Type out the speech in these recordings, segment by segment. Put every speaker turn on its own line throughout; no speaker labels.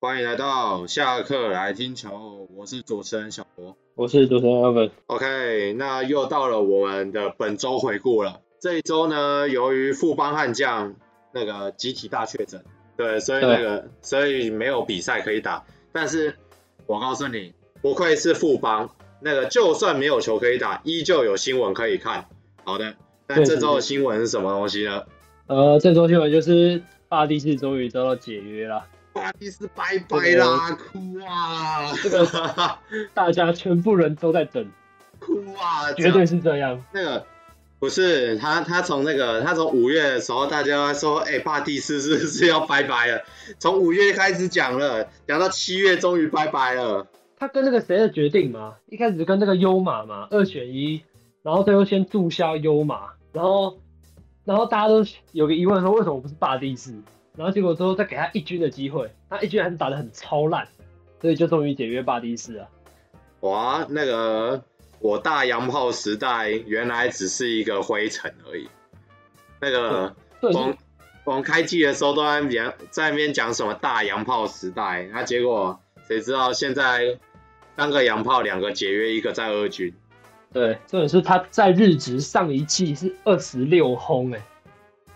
欢迎来到下课来听球，我是主持人小博。
我是主持人 Evan。
OK，那又到了我们的本周回顾了。这一周呢，由于富邦悍将那个集体大确诊，对，所以那个所以没有比赛可以打。但是我告诉你，不愧是富邦，那个就算没有球可以打，依旧有新闻可以看。好的，那
对
这周的
对对
新闻是什么东西呢？
呃，这周新闻就是巴蒂斯终于遭到解约了，
巴蒂斯拜拜啦，哭啊！
这个大家全部人都在等，
哭啊！
绝对是这样。
那个不是他，他从那个他从五月的时候，大家说，哎、巴蒂斯是是要拜拜了。从五月开始讲了，讲到七月终于拜拜了。
他跟那个谁的决定嘛，一开始跟那个优马嘛，二选一，然后最后先注销优马，然后然后大家都有个疑问说为什么不是巴蒂斯？然后结果之后再给他一军的机会，他一军还是打得很超烂，所以就终于解约巴蒂斯了。
哇，那个我大洋炮时代原来只是一个灰尘而已。那个
对，
我们我们开季的时候都在讲在那边讲什么大洋炮时代，那、结果谁知道现在三个洋炮，两个解约，一个在二军。
对，重点是他在日职上一季是二十六轰哎，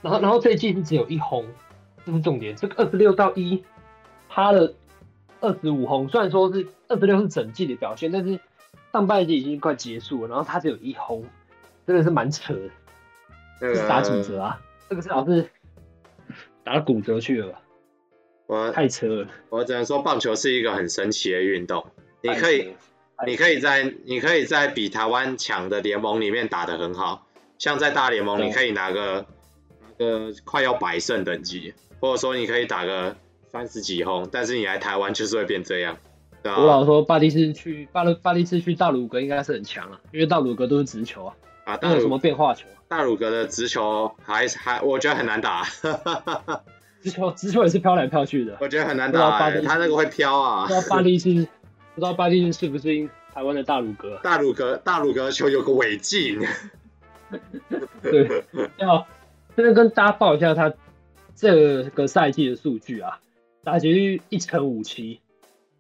然后然后这一季是只有一轰，这是重点。这个二十六到一，他的二十五轰，虽然说是二十六是整季的表现，但是上半季已经快结束了，然后他只有一轰，真的是蛮扯的，
那
这
个
是打骨折啊？这个至少是打骨折去了吧，
我
太扯了。
我只能说，棒球是一个很神奇的运动。你可
太扯
以
了，，太扯了
你可以在你可以在比台湾强的联盟里面打得很好，像在大联盟，
对
你可以拿个拿个快要百胜等级，或者说你可以打个三十几轰，但是你来台湾就是会变这样，对
我
啊，
老说巴蒂斯去巴勒巴蒂斯去大鲁格应该是很强了、因为大鲁格都是直球啊，
啊，
没
大
有什
鲁
么变化球啊。
大鲁格的直球还还我觉得很难打，
直球直球也是飘来 飘去的，
我觉得很难
不知道
打、
巴
欸
蒂
他那个会飘啊
不知。道巴蒂是不知道巴蒂是是不是台湾的大鲁哥？
大鲁格大鲁格球有个尾劲，
对，要这边跟大家报一下他这个赛季的数据啊，打击率一成五七，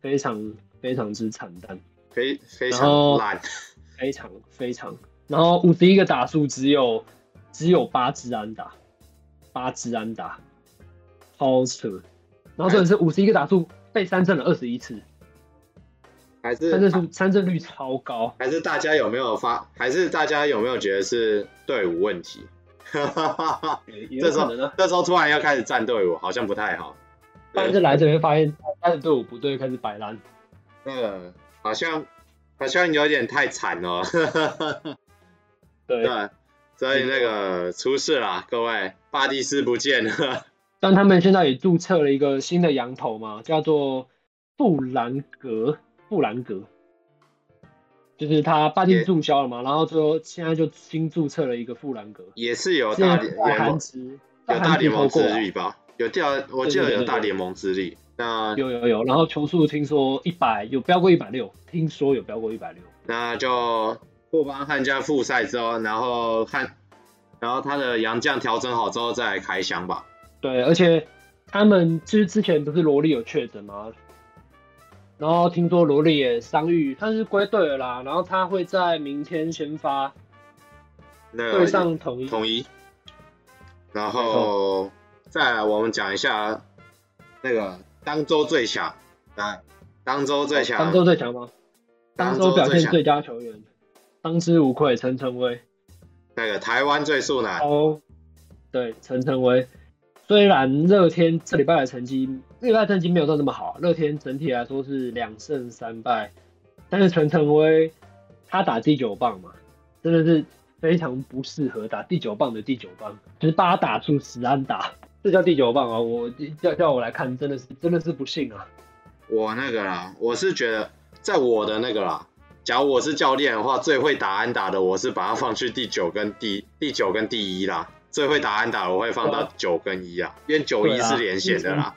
非常非常之惨淡，
非非
然
常
后
烂。
非常非常。然后五十一个打数只有只有八支安打，八支安打，超扯。然后这点是五十一个打数被三振了二十一次，
还是
三振数三振率超高。
还是大家有没有发？还是大家有没有觉得是队伍问题？
也也有
这时
可
候
能啊。
这时候突然要开始站队伍，好像不太好。
但是来这边发现他的队伍不对，开始摆烂。
那个好像好像有点太惨了，
对，
对， 所以那个出事啦，各位，巴蒂斯不见了，
但他们现在也注册了一个新的羊头嘛，叫做布兰格，布兰格，就是他半
也
径注销了嘛，然后最后现在就新注册了一个布兰格。
也是有
之
大
前
联
在啊韩
盟
职，
有
在
大
韩职
联盟
投过
之
啊，
力吧？有调，我记得有大联盟之力。那
有有有，然后球速听说一百有飙过一百六，听说有飙过一百六。
那就霍邦汉加复赛之后，然后看，然后他的洋将调整好之后再来开箱吧。
对，而且他们之之前不是罗莉有确诊吗？然后听说罗莉也伤愈，他是归队了啦。然后他会在明天先发
那个
对上统一。
统一。然后再来我们讲一下那个当周最强，来，当周最强，
当周最强吗？哦当周表
最
现
强，
最佳球员，当之无愧陈晨威。
那个台湾最速男，
哦， 对，陈晨威。虽然乐天这礼拜的成绩，这礼拜的成绩没有到那么好，啊乐天整体来说是两胜三败，但是陈晨威他打第九棒嘛，真的是非常不适合打第九棒的第九棒，就是八打出十安打，这叫第九棒啊！我叫叫我来看，真的是真的是不幸啊！
我那个啦，我是觉得在我的那个啦。假如我是教练的话，最会打安打的，我是把它放去第九跟第第九跟第一啦。最会打安打，我会放到九跟一啊，因为九一
对啊
是连线的啦，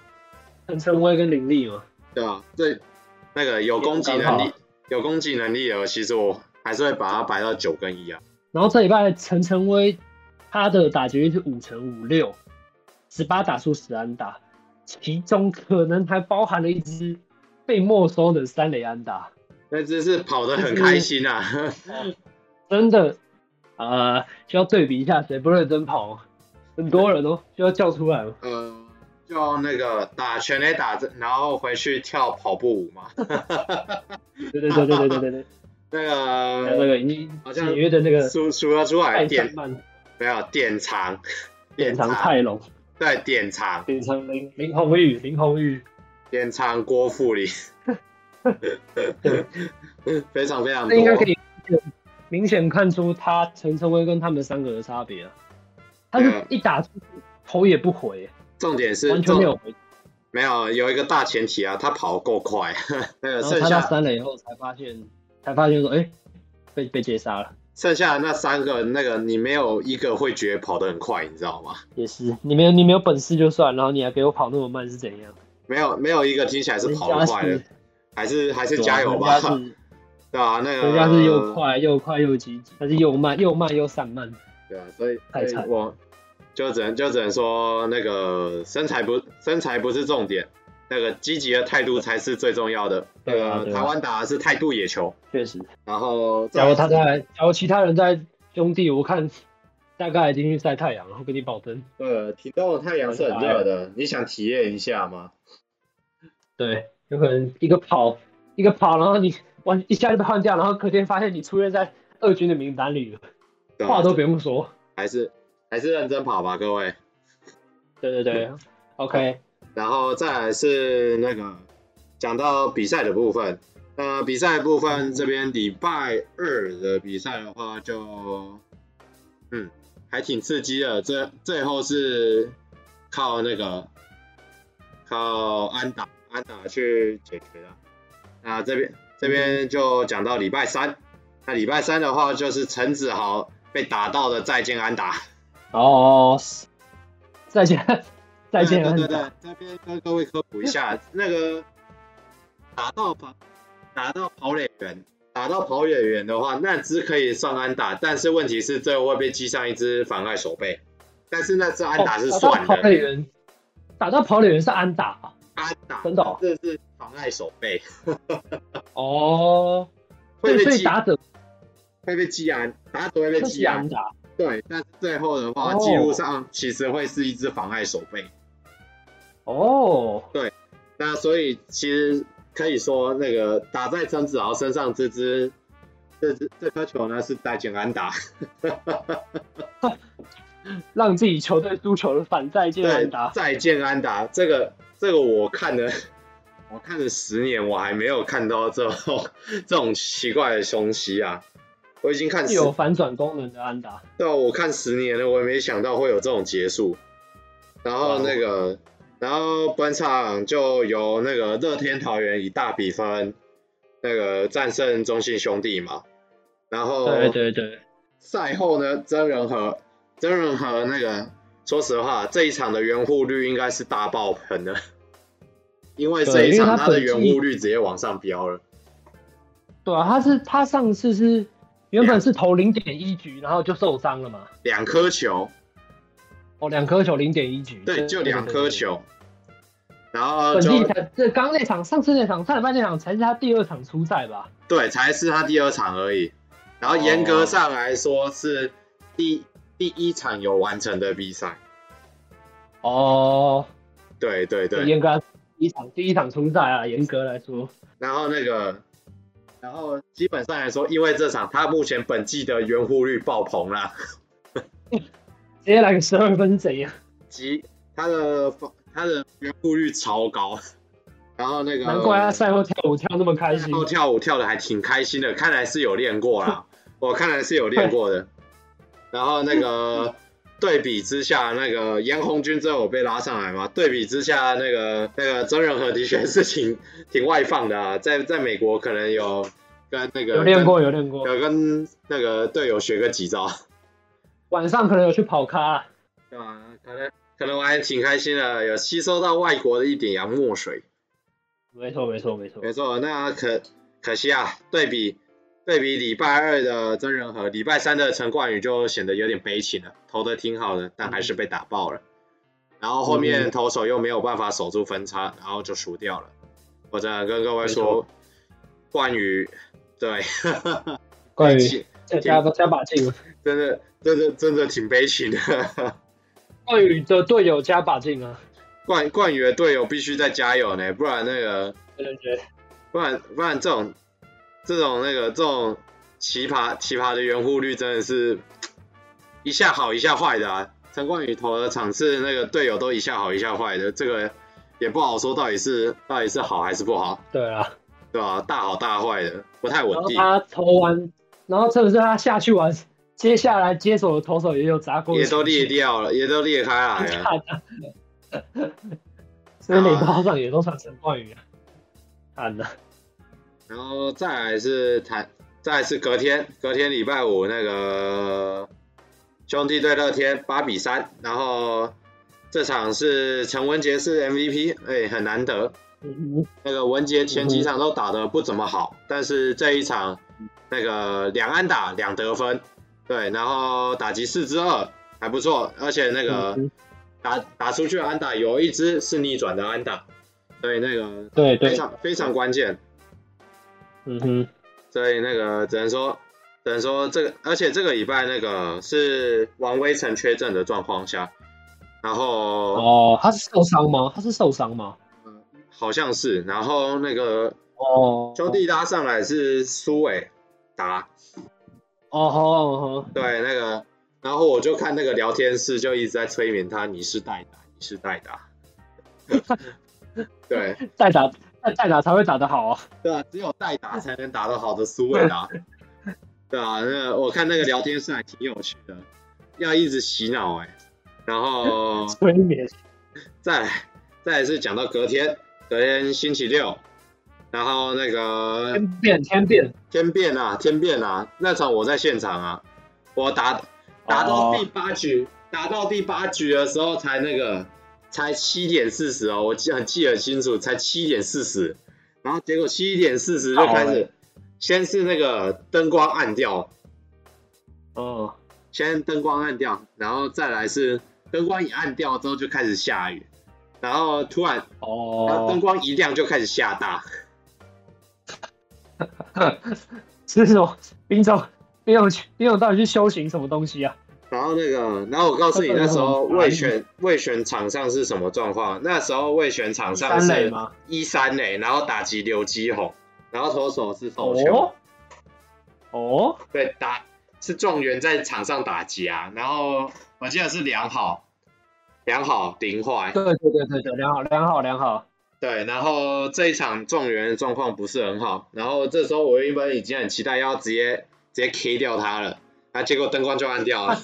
陈晨威跟林立嘛，
对啊，最那个有攻击能力，有攻击能力的，其实我还是会把它摆到九跟一啊。
然后这礼拜陈晨威他的打击率是五成五六，十八打数十安打，其中可能还包含了一支被没收的三垒安打，
那真是跑得很开心啊！
真的，呃，需要对比一下谁不认真跑，很多人哦，需要叫出来哦。
呃，就那个打全垒打，然后回去跳跑步舞嘛。
对对对对对对对 对，
那
还 有那
个
个已经
好像
简约的那个
数数得出来
艾
点
山曼
没有点 长，
典藏泰隆，
对点长
典藏林林红玉，林红玉，
点长郭富林， 非常非常
这应该可
多。
以明显看出他陈晨威跟他们三个的差别啊。他
对啊
是一打出去头也不回，
重点是
完全没有
重
回，
没有有一个大前提啊，他跑够快， 那个
然后
剩
他到
下
三垒以后才发现，才发现说，哎、被被截杀了。
剩下那三个那个你没有一个会觉得跑得很快，你知道吗？
也是，你没有你没有本事就算，然后你还给我跑那么慢是怎样？
没有没有一个听起来是
人
跑得
家
快的，
是，
还是还是
对啊
加油吧
人，家是
对啊，那个
人家是又快又快又积极，他是又慢又慢又散漫。
对啊，所以
太
所
惨
以我就只能就只能说那个身材不身材不是重点，那个积极的态度才是最重要的。
对啊
那个
对啊
台湾打的是态度野球，
确实，
然后再
假如
来
他在，假如其他人在兄弟，我看大概已经去晒太阳了，我跟你保证。
呃，提到太阳是很热的，你想体验一下吗？
对，有可能一个跑，一个跑，然后你完一下就被换掉，然后隔天发现你出现在二军的名单里了，
对啊
话都不用说。
还是还是认真跑吧，各位。
对 对对，OK，
然后再来是那个讲到比赛的部分，那比赛部分这边礼拜二的比赛的话就，嗯，还挺刺激的。最最后是靠那个靠安打安打去解决的。那这边这边就讲到礼拜三，那礼拜三的话就是陈子豪被打到的再见安打。
哦，再见，再见，
嗯对对对，对这边跟各位科普一 下，那个打到跑打到跑垒员，打到跑垒员的话，那只可以算安打，但是问题是最后会被记上一支妨碍手背，但是那只安打是算
哦打到跑垒
的，
员，打到跑垒员是安打啊
安打
真的哦
这是妨碍手背，
哦，
会
对，所
被
以
记
打者
会被记安，打者会被
不
记啊安
是安，打
对，但是最后的话
哦
记录上其实会是一支妨碍手背。
哦，
那所以其实可以说，那个打在陈子豪身上这支这支这颗球呢是在简安打，
让自己球队输球的反再见安
对
打，，
再见安打，这个这个我看了，我看了十年，我还没有看到这种 这种奇怪的东西啊！我已经看
具
十，
有反转功能的安打，
对啊，我看十年了，我也没想到会有这种结束。然后那个，然后本场就由那个乐天桃园以大比分那个战胜中信兄弟嘛。然后
对对对，
赛后呢，曾仁和曾仁和那个，说实话，这一场的圆护率应该是大爆棚的，因为这
对因
一
为
场
他
他的
本季
圆护率直接往上飙了。
对啊，他是他上次是原本是投零点一局，然后就受伤了嘛，
两颗球，
哦，两颗球零点一局，
对，就两颗。球，然后
本
就
季才这刚那场，上次那场上礼拜那场才是他第二场出赛吧？
对，才是他第二场而已。然后严
哦
格上来说是第、第一场有完成的比赛。
哦，
对对对，
严格来说第一场第一场出赛啊，严格来说，
然后那个，然后基本上来说，因为这场他目前本季的圆弧率爆棚啦，
直接来个十二分啊怎样？
及他的防他的圆弧率超高，然后那个
难怪他赛后跳舞跳那么开心
然。后跳舞跳的还挺开心的，看来是有练过 啦，我看来是有练过的。然后那个 对比之下，那个杨红军最后有被拉上来嘛？对比之下，那个那个曾仁和的确是挺挺外放的啊，在在美国可能有跟那个
有练，过，有练过
跟，有跟那个队友学个几招，
晚上可能有去跑咖啊。
对吧、可能可能我还挺开心的，有吸收到外国的一点洋墨水。
没错，没错，没错。
没错，那可可惜啊，对比对比礼拜二的真人和礼
嗯
拜三的陈冠宇就显得有点悲情了，投的挺好的，但还是被打爆了。然后后面投手又没有办法守住分差，然后就输掉了。我真的跟各位
没
说
错，
冠宇对，
关于
挺
再加加把 劲，啊
真的真的真的 挺悲情的。
关于的队友加把劲啊，
冠冠宇的队友必须再加油呢，不然那个
真的觉得
不然不然这种这种那个这种奇葩奇葩的圆弧率真的是一下好一下坏的啊！陈冠宇投的场次那个队友都一下好一下坏的，这个也不好说到底是到底是好还是不好，
对啊。
对吧、大好大坏的，不太稳
然后
定，
他投完，然后特别是他下去完，接下来接手的投手也有砸锅的
也
情绪，
都裂掉了，也都裂开来啊了。
看啊， 所以垒包上也都传成冠宇啊，惨了，
然后再来是谈，再来是隔天，隔天礼拜五那个兄弟对乐天八比三，然后这场是陈文杰是 MVP，哎、很难得。
嗯
那个文杰前几场都打得不怎么好，但是这一场那个两安打两得分，对，然后打击四支二还不错，而且那个
嗯
打打出去的安打有一支是逆转的安打，对，那个
对
非
对，
常非常关键。
嗯哼，
所以那个只能说，只能说这个，而且这个礼拜那个是王威成缺阵的状况下，然后
哦，他是受伤吗？他是受伤吗？
好像是，然后那个
哦，
兄，弟拉上来是苏伟达，
哦吼哦吼，
对那个，然后我就看那个聊天室就一直在催眠他，你是代打，你是代打， 对
代打代代打才会打得好啊，
对啊，只有代打才能打得好的苏伟达，对啊，那个我看那个聊天室还挺有趣的，要一直洗脑哎、然 后。
催眠，
再来，再来是讲到隔天，隔天星期六，然后那个
天变天变，
天变啊，天变啊，那场我在现场啊，我打打到
哦
第八局，打到第八局的时候才那个，才七点四十哦，我记很记得清楚，才七点四十，然后结果七点四十就开
好
始，先是那个灯光暗掉，
哦，
先灯光暗掉，然后再来是灯光一暗掉之后就开始下雨，然后突然然后灯
哦，
光一亮就开始下大，
是什么？冰总，冰总去，冰总到底去修行什么东西啊？
然后那个，然后我告诉你那时候魏选魏选场上是什么状况？那时候魏选场上
三垒
是
吗？
一三垒，然后打击刘基宏，然后投手是手球，
哦，
对打是状元在场上打击啊，然后我记得是良好，良好林坏，
对对对对对，良好良好良好，
对，然后这一场状元的状况不是很好，然后这时候我原本已经很期待要直接直接 K 掉他了，啊，结果灯光就暗掉
啊
了。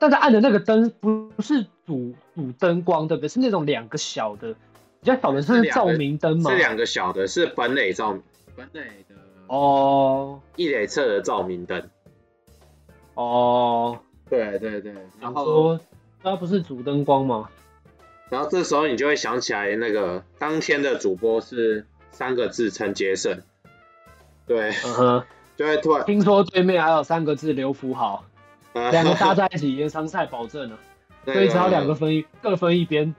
但是按的那个灯不不是主主灯光，对不对？是那种两个小的，比较小的
是
是
两
照
个
明灯吗
是？两个小的，是本垒照明，本垒的
哦
一垒侧的照明灯。
哦，
对对对，然
想
后
说它不是主灯光吗？
然后这时候你就会想起来，那个当天的主播是三个字陈杰胜，对，
嗯哼，
就会突然
听说对面还有三个字刘福豪，
呃
两个搭在一起，延长赛保证了，
那
所以只要两个分一各分一边，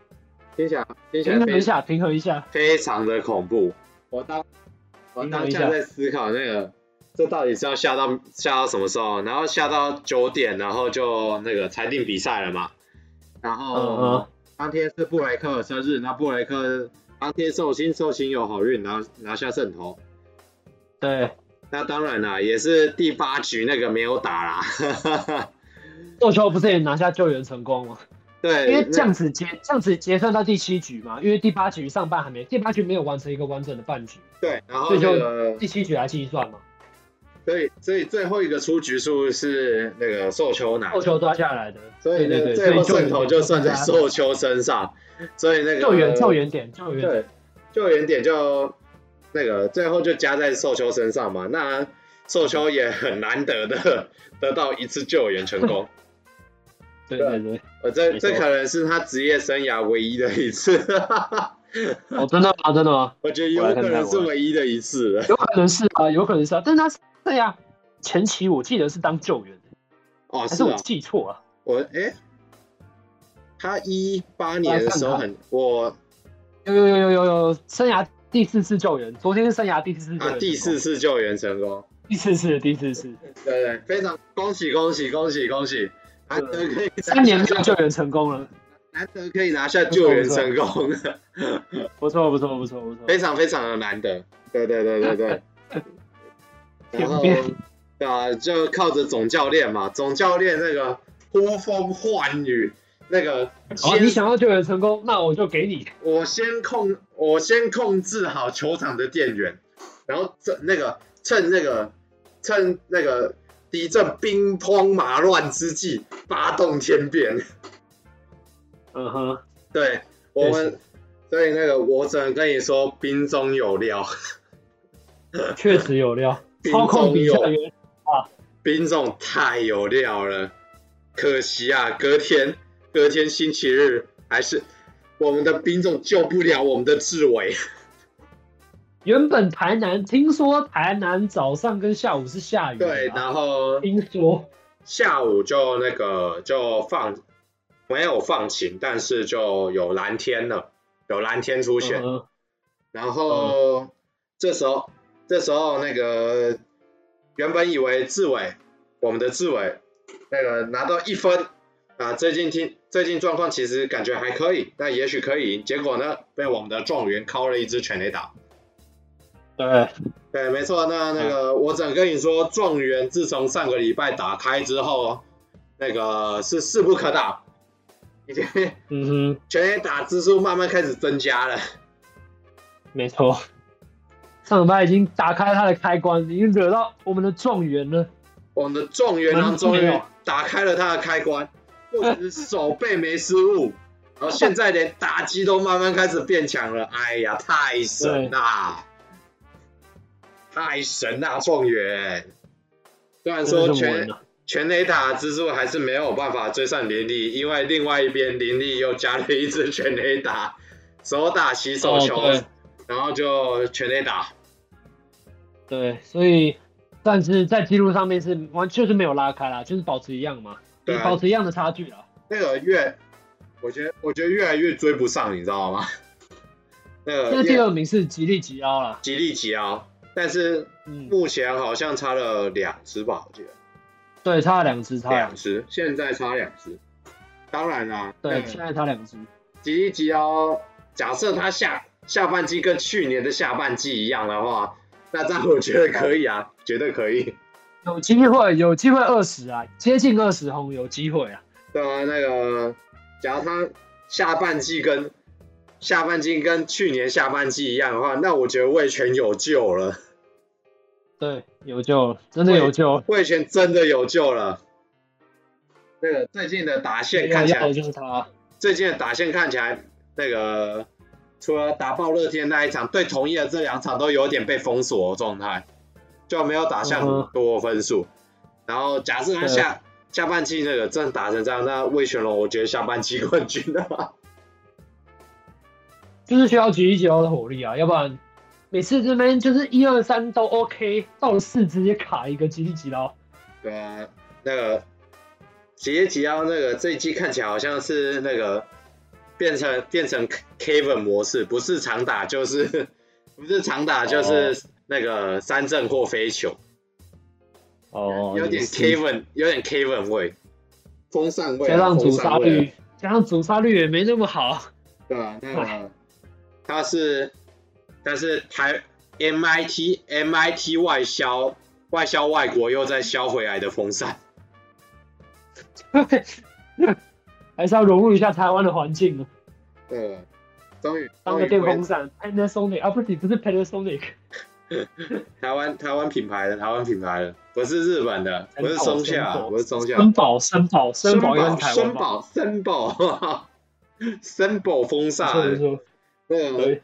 听起来听起
平
来
衡一
非
下，平衡一下。
非常的恐怖。我当我
平衡
当
一
下
下
在思考那个。这到底是要下到下到什么时候？然后下到九点，然后就那个裁定比赛了嘛。然后、
嗯哼，
当天是布雷克的生日，那布雷克当天寿星，寿星有好运拿拿下胜投。
对，
那当然啦，也是第八局那个没有打啦。
做球不是也拿下救援成功吗？
对，
因为这
那
样子结这样子结算到第七局嘛，因为第八局上半还没，第八局没有完成一个完整的半局，
对，然后
所以
那
就
个，
第七局来计算嘛，
所以所以最后一个出局数是那个寿球拿
后，球抓下来的，
所以
对
那
对对
最后
所以
胜投就算在寿球身上，所以那个
救援救援点救援
对，救援点就那个最后就加在寿球身上嘛。那寿球也很难得的得到一次救援成 功，
对对对，
呃，这
没错
这可能是他职业生涯唯一的一次，
哦真的吗？真的吗？
我觉得有可能是唯一的一次了。
有可能是啊，有可能是啊，但是他是对呀、前期我记得是当救援，
哦，
还
是
是我
啊，
记错了？
我哎、他一八年的时候很我
有有有有有有生涯第四次救援，昨天是生涯第四次救
啊
援，哦
第四次救援成功，
第四次第四次，
对对，非常恭喜恭喜恭喜恭喜，难得可以
三年没有救援成功了，
难得可以拿下救援成功，
不错不错不错不错，
非常非常的难得，对对对对 对，然后
天
对啊，就靠着总教练嘛，总教练那个呼风唤雨，那个
好，哦你
先
想要救援成功，那我就给你。
我先控，我先控制好球场的电源，然后这那个趁那个趁那个敌阵兵荒马乱之际，发动天变。
嗯哼，
对我们，所以那个我只能跟你说，兵中有料，
确实有料，
兵
操控
中
比赛
有
员
兵种太有料了。可惜啊，隔天隔天星期日还是我们的兵种救不了我们的志伟。
原本台南听说台南早上跟下午是下雨的啊，
对，然后
听说
下午就那个就放，没有放晴，但是就有蓝天了，有蓝天出现。
嗯
然后、这时候这时候那个原本以为志伟，我们的志伟那个拿到一分啊，最近听最近状况其实感觉还可以，那也许可以赢。结果呢，被我们的状元敲了一支全垒打。
对，
对，没错。那那个，
嗯
我只能跟你说，状元自从上个礼拜打开之后，那个是势不可挡，已经
嗯哼，
全垒打支数慢慢开始增加了。
没错。上礼拜已经打开他的开关，已经惹到我们的状元了。
我们的状元郎终
没
于
有
打开了他的开关，不止手背没失误，然后现在连打击都慢慢开始变强了。哎呀，太神啦！太神啦，状元！虽然说
真的是啊稳
全
了
全垒打之数还是没有办法追上林立，因为另外一边林立又加了一支全垒打，手打洗手球，
哦
然后就全垒打。
对，对，所以但是在记录上面是完确实没有拉开啦，就是保持一样嘛，
对啊
保持一样的差距啦。
那个越，我觉得我觉得越来越追不上，你知道吗？ 那
那
个
第
越
二名是吉利吉奥啦，
吉利吉奥，但是
嗯，
目前好像差了两只吧，我记得
对，差了两只，差了两
两
只，
只，现在差两只。当然啦、那
对，
个
现在差两只，
吉利吉奥，假设他下下半季跟去年的下半季一样的话，那这样我觉得可以啊，绝对可以。
有机会，有机会二十啊，接近二十轰，有机会啊。
对啊，那个，假如他下半季跟下半季跟去年下半季一样的话，那我觉得魏权有救了。
对，有救了，真的有救了。
魏权真的有救了。那个最近的打线看起
要
来
的，就是他，
最近的打线看起来，那个除了打爆乐天那一场，对同业的这两场都有点被封锁的状态，就没有打下
嗯
很
哼
多分数。然后假设他下下半季那个真的打成这样，那魏全龙我觉得下半季冠军了。
就是需要吉利吉奥的火力啊，要不然每次这边就是一二三都 OK，到了四直接卡一个吉利吉奥。
对啊，那个杰吉奥那个这一季看起来好像是那个变成变成 Kevin 模式，不是长打就是不是长打就是那个三振或飞球，
哦
有点 Kevin 有点 Kevin 味，风扇味啊，
加上
风
主杀
扇味啊，
率，加上主杀率也没那么好。
对啊，那
哎
个他是他是台 MIT MIT 外销外销外国又再销回来的风扇。
还是要融入一下台湾的环境啊，
对，终于
当
终
个
于
电
回
风扇，Panasonic 啊，不是不是 Panasonic，
台湾台湾品牌的台湾品牌的，不是日本的，不是松下，啊
森宝
不是松下，
森宝森宝森宝应该是台湾
森
吧？
宝森宝森宝风啊
所以
扇。
说，
那个
对，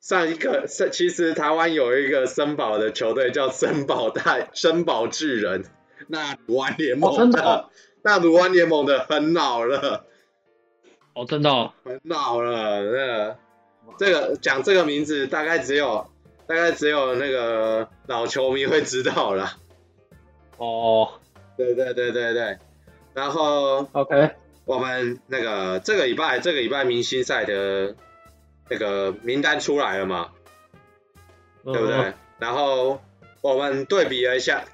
上一个是其实台湾有一个森宝的球队叫森宝大森宝巨人，那鲁湾联
哦
盟
森
的
宝，
那鲁湾联盟的很老了，
哦，真的哦，
很老了。那个这个讲这个名字，大概只有大概只有那个老球迷会知道了。
哦
对对对对对，然后
，OK，
我们那个这个礼拜这个礼拜明星赛的那个名单出来了嘛，对不
嗯
对？然后我们对比了一下，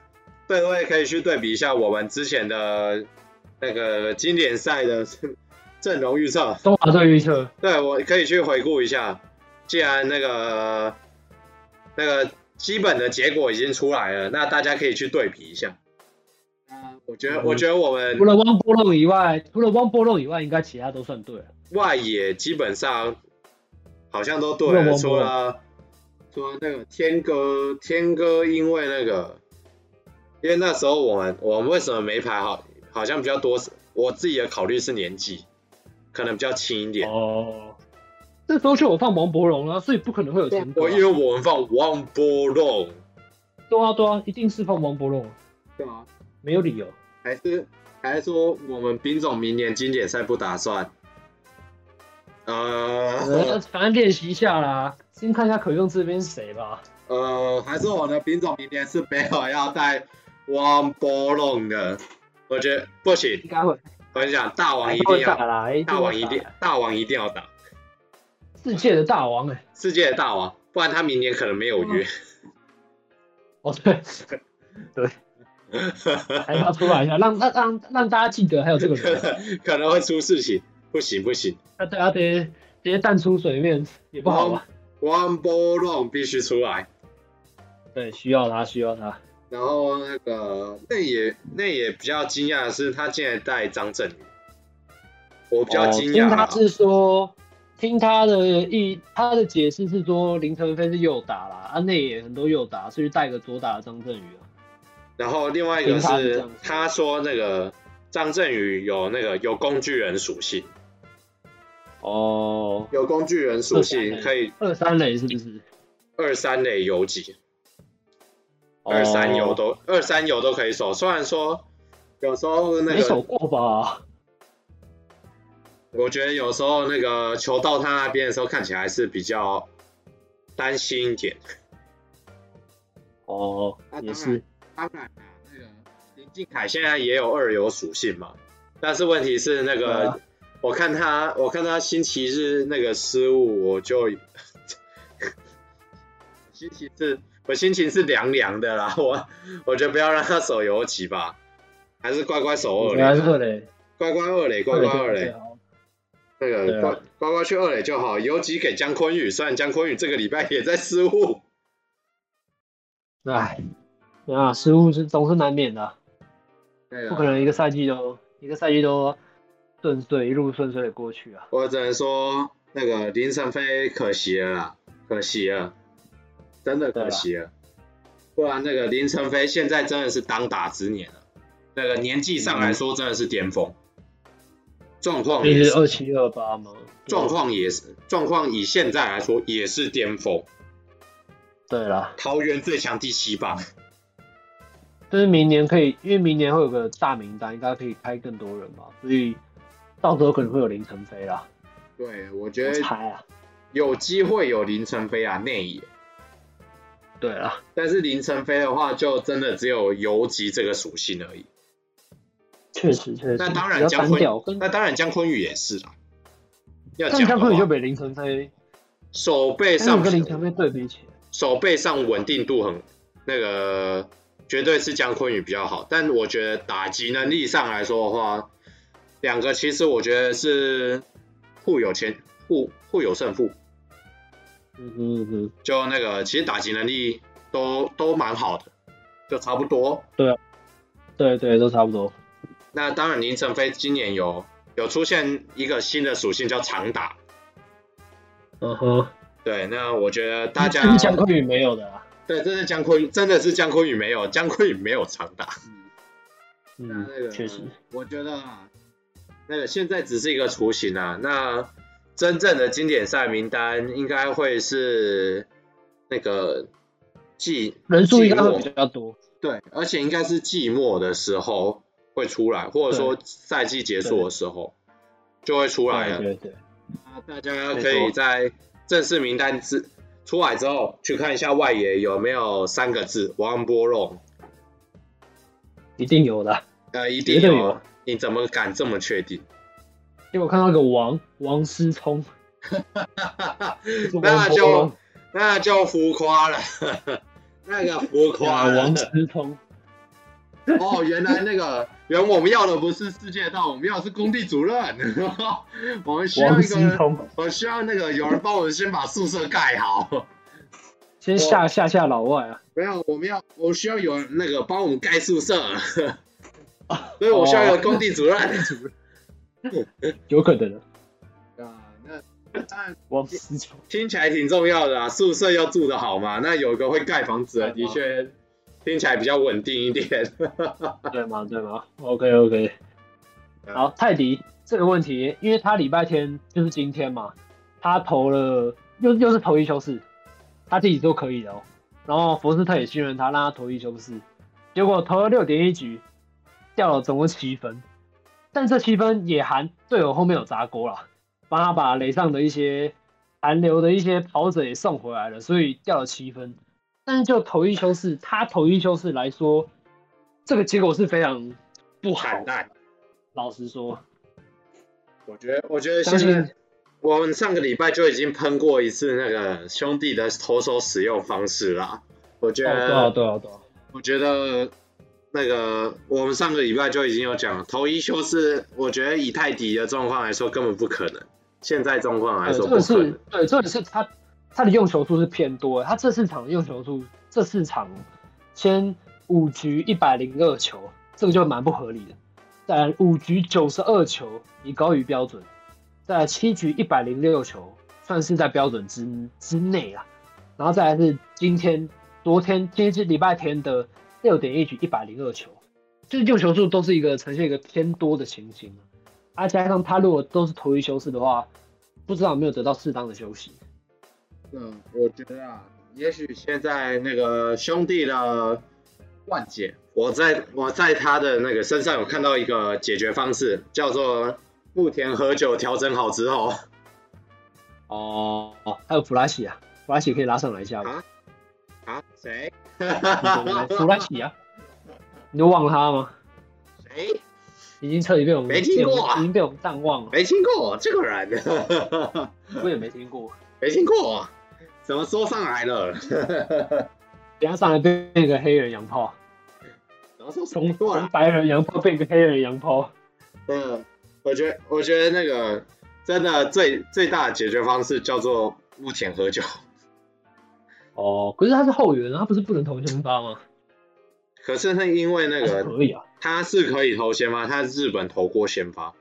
各位可以去对比一下我们之前的那个经典赛的 阵容预测。
中华队预测，
对，我可以去回顾一下。既然那个那个基本的结果已经出来了，那大家可以去对比一下。啊，我觉得，我觉得我们
除了汪波弄以外，除了汪波弄以外，应该其他都算对了。
外野基本上好像都对
没有
了，
王
除
柏
了除了那个天哥，天哥因为那个，因为那时候我们我们为什么没排好，好像比较多，我自己的考虑是年纪，可能比较轻一点。
哦，这时候就有放王伯荣了，所以不可能会有田
我
哥、
因为我们放王波龙，
对啊对啊，一定是放王伯荣，
对啊，
没有理由。
还是还是说我们丙总明年经典赛不打算？呃
呃反正练习一下啦，先看一下可用这边是谁吧。
呃，还是我的丙总明年是没有要带汪波龙的，我觉得不行，
应该会，
我跟你讲，大王一
哎会
定
打
要，
啦，
大王一定
打，
大王一定要打，
世界的大王哎、
世界的大王，不然他明年可能没有约。
哦 对， 还要出来一下，让让让让大家记得还有这 个人，啊
可能会出事情，不行不行，
那大家直接直接淡出水面也不好吧？
汪波龙必须出来。哦
对，需要他，需要他。
然后那个那也那也比较惊讶的是，他竟然带张振宇，我比较惊
哦听
讶啊
他
啦、
是说，听他的意，他的解释是说林晨飞是右打啦，啊内野很多右打，所以带个左打的张振宇啊。
然后另外一个
听他是这
是
样说
他说那个张振宇有那个有工具人属性，
哦，
有工具人属性
二三垒
可以
二三垒是不是？
二三垒游击，
哦
二三游都二三游都可以守。虽然说有时候那
没守
个，
过吧？
我觉得有时候那个球到他那边的时候，看起来是比较担心一点。
哦
啊，
也
当然
是，
当然啦，那个林敬凯现在也有二游属性嘛，但是问题是那
对
个，
啊
我看他我看他星期日那个失误，我就 星期四我心情是凉凉的啦， 我我觉得不要让他守游击吧，还是乖乖守二
原啊来是
垒，啊
二垒，
乖乖二垒，乖乖二
对
垒，
啊。
那
对
个
啊
乖乖乖去二垒就好，游击给姜昆宇，虽然姜昆宇这个礼拜也在失误。
哎，啊，失误是总是难免的啊，
对
不可能一个赛季都一个赛季都顺遂一路顺遂的过去啊。
我只能说，那个林晨飞可惜了啦，可惜了，真的可惜了。不然那个林晨飞现在真的是当打之年了，那个年纪上来说真的是巅峰，状况
哦你
也
是
是
二七二八吗？
状况也是状况以现在来说也是巅峰，
对啦，
桃园最强第七棒。
就是明年可以，因为明年会有个大名单，应该可以开更多人吧，所以到时候可能会有林晨飞啦，
对，我觉
我
得
猜啊。
有机会有林晨飞啊内野，
对啦，
但是林晨飞的话就真的只有游击这个属性而已。
确实确实。
那当然
比较
姜
单
昆
调，跟
那当然，姜昆宇也是啦。要
但姜
讲的
昆宇就
话，
比林晨飞，
手背
但是我
上
跟林晨飞对比起来，
手背上稳定度很那个，绝对是姜昆宇比较好。但我觉得打击能力上来说的话，两个其实我觉得是互有前互互有胜负。
嗯哼嗯哼，
就那个其实打击能力都都蛮好的，就差不多。
对对，都差不多。
那当然，林晨飞今年有有出现一个新的属性叫长打。
嗯哼，
对，那我觉得大家
这 是姜昆宇没有的啊。
对，真的姜昆真的是姜昆宇没有，姜昆宇没有长打。那那
嗯，
个
确实。
我觉得啊，那个现在只是一个雏形啊。那真正的经典赛名单应该会是那个季
人数应该会
季
比
末
较多。
对，而且应该是季末的时候会出来，或者说赛季结束的时候就会出来
对
了。
对对，
那大家
没
可以
错
在正式名单之出来之后去看一下外野有没有三个字王波龙。
一定有的。
呃，一
绝
定
对
有。啊
有
你怎么敢这么确定？
结果看到一个王王思 聪，是
那
王
就
博龙
那就浮夸了， 那个浮夸
哇，
了。
啊王思聪，
哦，原来那个，原来我们要的不是世界道，我们要的是工地主任。 我们需要
王
一个
思
人，
聪，
我需要那个有人帮我们先把宿舍盖好。
先吓吓吓老外啊！
没有，我们要，我需要有人那个帮我们盖宿舍。 所以我需要有工地主任。
有可能啊，
啊，那当然
王思聪，
听起来挺重要的啊，宿舍要住的好嘛。那有一个会盖房子的，的确听起来比较稳定一点。
对吗？对吗？OK OK，
嗯
好，泰迪这个问题，因为他礼拜天就是今天嘛，他投了又又是投一休四，他自己都可以的哦。然后福斯特也信任他，让他投一休四，结果投了六点一局，掉了总共七分，但这七分也含队友后面有砸锅啦，帮他把垒上的一些残留的一些跑者也送回来了，所以掉了七分。但是就投一休四，他投一休四来说，这个结果是非常不好
惨
的。
淡，
老实说，
我觉得，我觉得
相
现
信
在我们上个礼拜就已经喷过一次那个兄弟的投手使用方式啦。我觉
哦，
得，
对啊，对啊，对啊，
我觉得那个我们上个礼拜就已经有讲，投一休是我觉得以泰迪的状况来说根本不可能，现在状况来
对，
说
哎
不
这个
可能。
是对，这个是他他的用球数是偏多的，他这四场的用球数，这四场先五局一百零二球，这个就蛮不合理的。再来五局九十二球，已高于标准；再来七局一百零六球，算是在标准之之内啊。然后再来是今天、昨天，今天是礼拜天的六点一局一百零二球，就是用球数都是一个呈现一个偏多的情形啊。啊，加上他如果都是投一休四的话，不知道有没有得到适当的休息。
嗯，我觉得啊，也许现在那个兄弟的万姐，我在我在他的那个身上有看到一个解决方式，叫做木田和酒调整好之后，
哦哦，还有弗拉奇啊，弗拉奇可以拉上来一下吧？
啊，谁？
弗拉奇啊，你都忘了他吗？
谁？
已经彻底被我们
没听过啊
已经被我们淡忘了。
没听过这个人，
我也没听过，
没听过，怎么说上来了？
等下上来变一个黑人洋炮，
怎么说
从
从过
从
来？
白人洋炮变一个黑人洋炮。
嗯，我觉得我觉得那个真的最最大的解决方式叫做木田和酒。
哦，可是他是后援啊，他不是不能投先发吗？
可是那因为那
他是
个
可以啊。
他是可以投先发，他日本投过先发，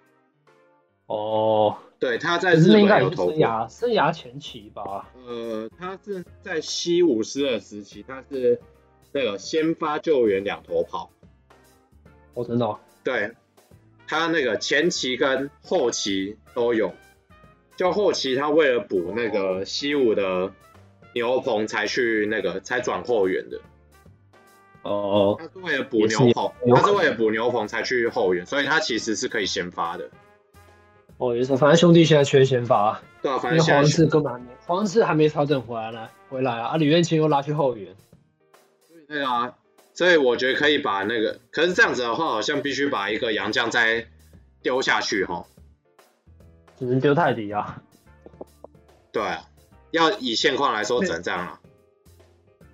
哦，
对，他在
可
日
是那应
本
该也
有
是
投
生
过。
涯生涯前期吧？
呃，他是在西武师的时期，他是那个先发救援两头跑，
哦，真的、哦，
对，他那个前期跟后期都有。就后期他为了补那个西武的牛棚才去那个才转后援的，
哦，
他是为了补牛棚，
也是有
他是为了补牛棚才去后援，所以他其实是可以先发的。
哦，也是，反正兄弟现在缺先发、
对啊，
因
反
为
正现
黄
在
志根本还没，黄志还没调整回来呢，回来啊，啊李元清又拉去后援，
对啊，所以我觉得可以把那个，可是这样子的话，好像必须把一个洋将再丢下去哈。
只能丢泰迪啊。
对啊，要以现况来说，只能这样了。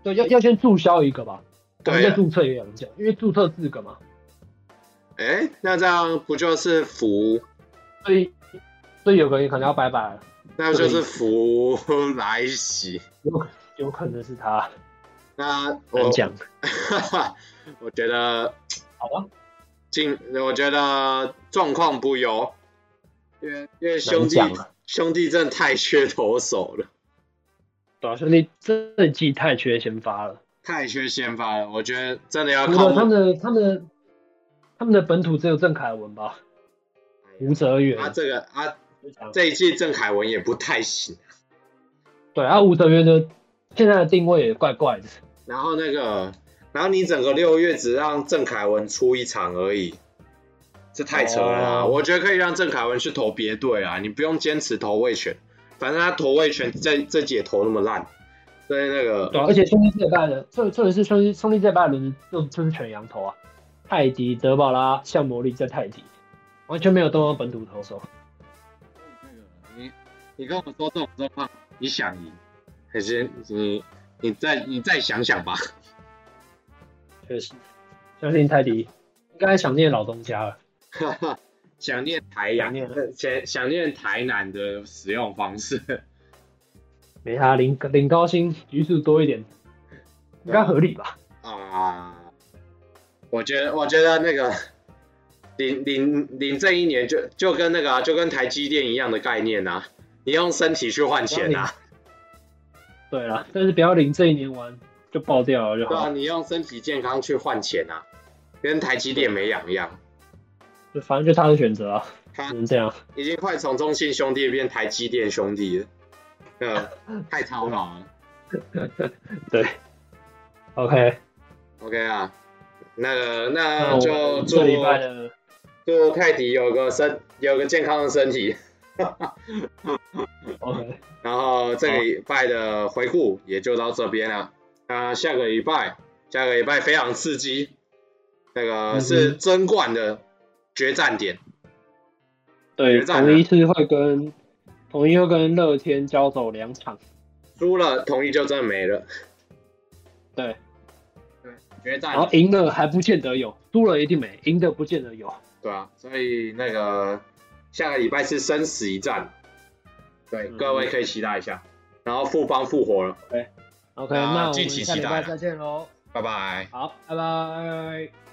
对，要要先注销一个吧，然后
对
再
啊，
注册一个洋将，因为注册四个嘛，
哎，那这样不就是福？
所以所以有个人可能要拜拜了，
那就是福来袭。
有可能是他，
那
难
我，
讲，
我觉得
好啊吧，
进，我觉得状况不优，因为因为兄
难
弟
讲啊。
兄弟真的太缺投手了，
对啊，兄弟，这这季太缺先发了，
太缺先发了。我觉得真的要
除
靠
了他们的他们的他们的本土只有郑凯文吧，吴哲源，
啊，这个啊，
就这样
这一季郑凯文也不太行，
对啊，吴哲源的现在的定位也怪怪的。
然后那个，然后你整个六月只让郑凯文出一场而已，这太扯了啊、
哦
我觉得可以让郑凯文去投别队啊，你不用坚持投卫权，反正他投卫权这这季也投那么烂，所以那
对
个
啊、而且兄弟这一拜的，这这也是兄弟兄弟这一拜的轮子就就是全羊头啊，泰迪、德保拉、向魔力在泰迪，完全没有东方本土投手。
你跟我说这种状况，你想赢，可是你你再你再想想吧。
确实，相信泰迪应该想念老东家了。
哈哈，想念台阳
想念，
想想念台南的使用方式。
没他领领高薪，局数多一点，应该合理吧？
啊、我觉得，我觉得那个 领领领这一年就就跟那个啊、就跟台积电一样的概念呐、啊，你用身体去换钱呐、啊，
对啦，但是不要领这一年完就爆掉了就
对
好
啊，，你用身体健康去换钱呐、啊，跟台积电没两样。
就反正就他的选择啊，
他
只能这样。
已经快从中信兄弟变台积电兄弟了，嗯，太操劳了。
对，OK，
OK 啊，那个
那
那
我
就
们
祝
这礼拜的
祝泰迪有个身有个健康的身体。
OK，
然后这个礼拜的回顾也就到这边了。那下个礼拜，下个礼拜非常刺激，那个是
嗯哼
争冠的决战点。
对，
决战啊
统一是会跟统一会跟乐天交手两场，
输了统一就真的没了。
对，
对，决战
然后赢了还不见得有，输了一定没，赢的不见得有。
对啊，所以那个下个礼拜是生死一战，对，
嗯
各位可以期待一下。然后富邦复活了，
OK，
啊
那我
敬
们
请
下
期
礼
待
拜
啊
再见喽。
拜拜。
好，拜拜。